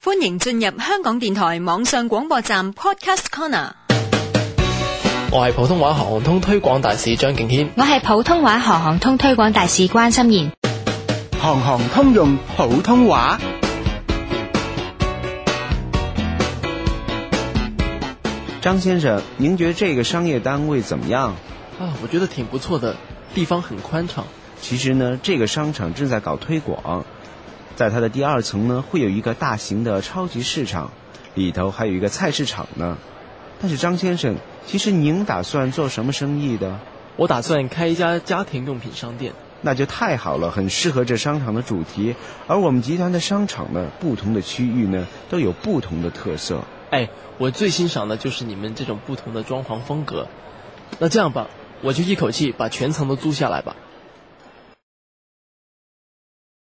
欢迎进入香港电台网上广播站 Podcast Corner。我係普通話行通推廣大使張敬軒。我係普通話行行通推廣大使關心妍。行行通用普通話。张先生，您觉得这个商业单位怎么样？啊，我觉得挺不错的，地方很宽敞。其实呢，这个商场正在搞推广，在它的第二层呢，会有一个大型的超级市场，里头还有一个菜市场呢。但是张先生，其实您打算做什么生意的？我打算開一家家庭用品商店。那就太好了，很适合这商场的主题。而我们集团的商场呢，不同的区域呢都有不同的特色。哎，我最欣赏的就是你们这种不同的装潢风格。那这样吧，我就一口气把全层都租下来吧。